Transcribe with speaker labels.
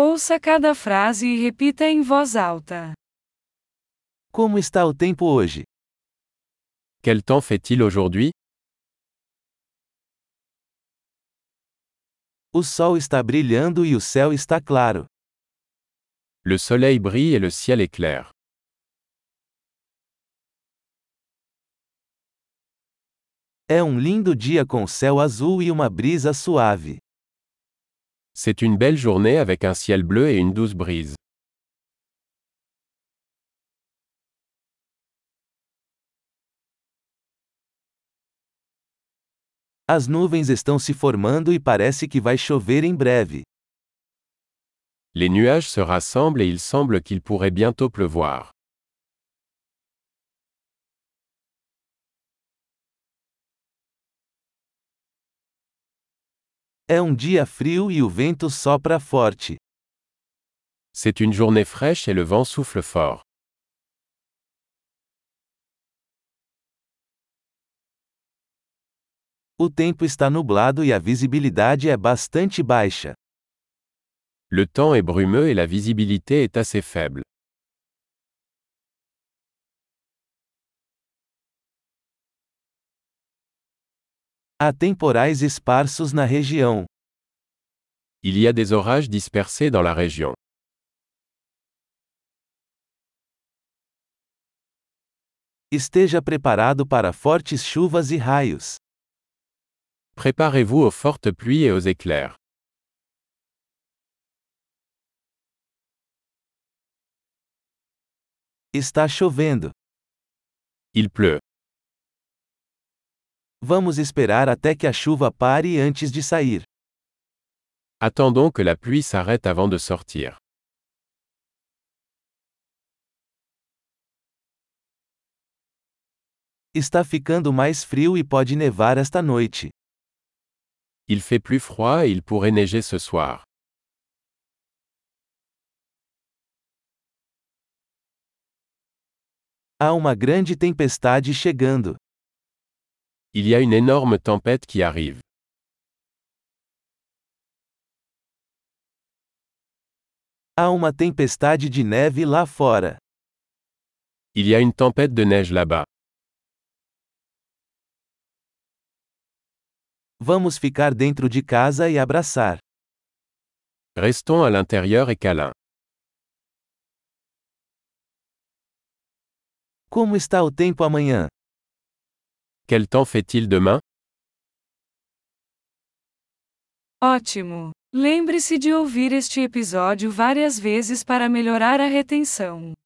Speaker 1: Ouça cada frase e repita em voz alta.
Speaker 2: Como está o tempo hoje?
Speaker 3: Quel temps fait-il aujourd'hui
Speaker 2: O sol está brilhando e o céu está claro.
Speaker 3: Le soleil brille et le ciel est clair.
Speaker 2: É um lindo dia com céu azul e uma brisa suave.
Speaker 3: C'est une belle journée avec un ciel bleu et une douce brise.
Speaker 2: As nuvens estão se formando e parece que vai chover em breve.
Speaker 3: Les nuages se rassemblent et il semble qu'il pourrait bientôt pleuvoir.
Speaker 2: É um dia frio e o vento sopra forte.
Speaker 3: C'est une journée fraîche et le vent souffle fort.
Speaker 2: O tempo está nublado e a visibilidade é bastante baixa.
Speaker 3: Le temps est brumeux et la visibilité est assez faible.
Speaker 2: Há temporais esparsos na região.
Speaker 3: Il y a des orages dispersés dans la région.
Speaker 2: Esteja preparado para fortes chuvas e raios.
Speaker 3: Préparez-vous aux fortes pluies et aux éclairs.
Speaker 2: Está chovendo.
Speaker 3: Il pleut.
Speaker 2: Vamos esperar até que a chuva pare antes de sair.
Speaker 3: Attendons que la pluie s'arrête avant de sortir.
Speaker 2: Está ficando mais frio e pode nevar esta noite.
Speaker 3: Il fait plus froid et il pourrait neiger ce soir.
Speaker 2: Há uma grande tempestade chegando.
Speaker 3: Il y a une énorme tempête qui arrive.
Speaker 2: Há uma tempestade de neve lá fora.
Speaker 3: Il y a une tempête de neige là-bas.
Speaker 2: Vamos ficar dentro de casa e abraçar.
Speaker 3: Restons à l'intérieur et câlin.
Speaker 2: Como está o tempo amanhã?
Speaker 3: Quel temps fait-il demain
Speaker 1: Ótimo! Lembre-se de ouvir este episódio várias vezes para melhorar a retenção.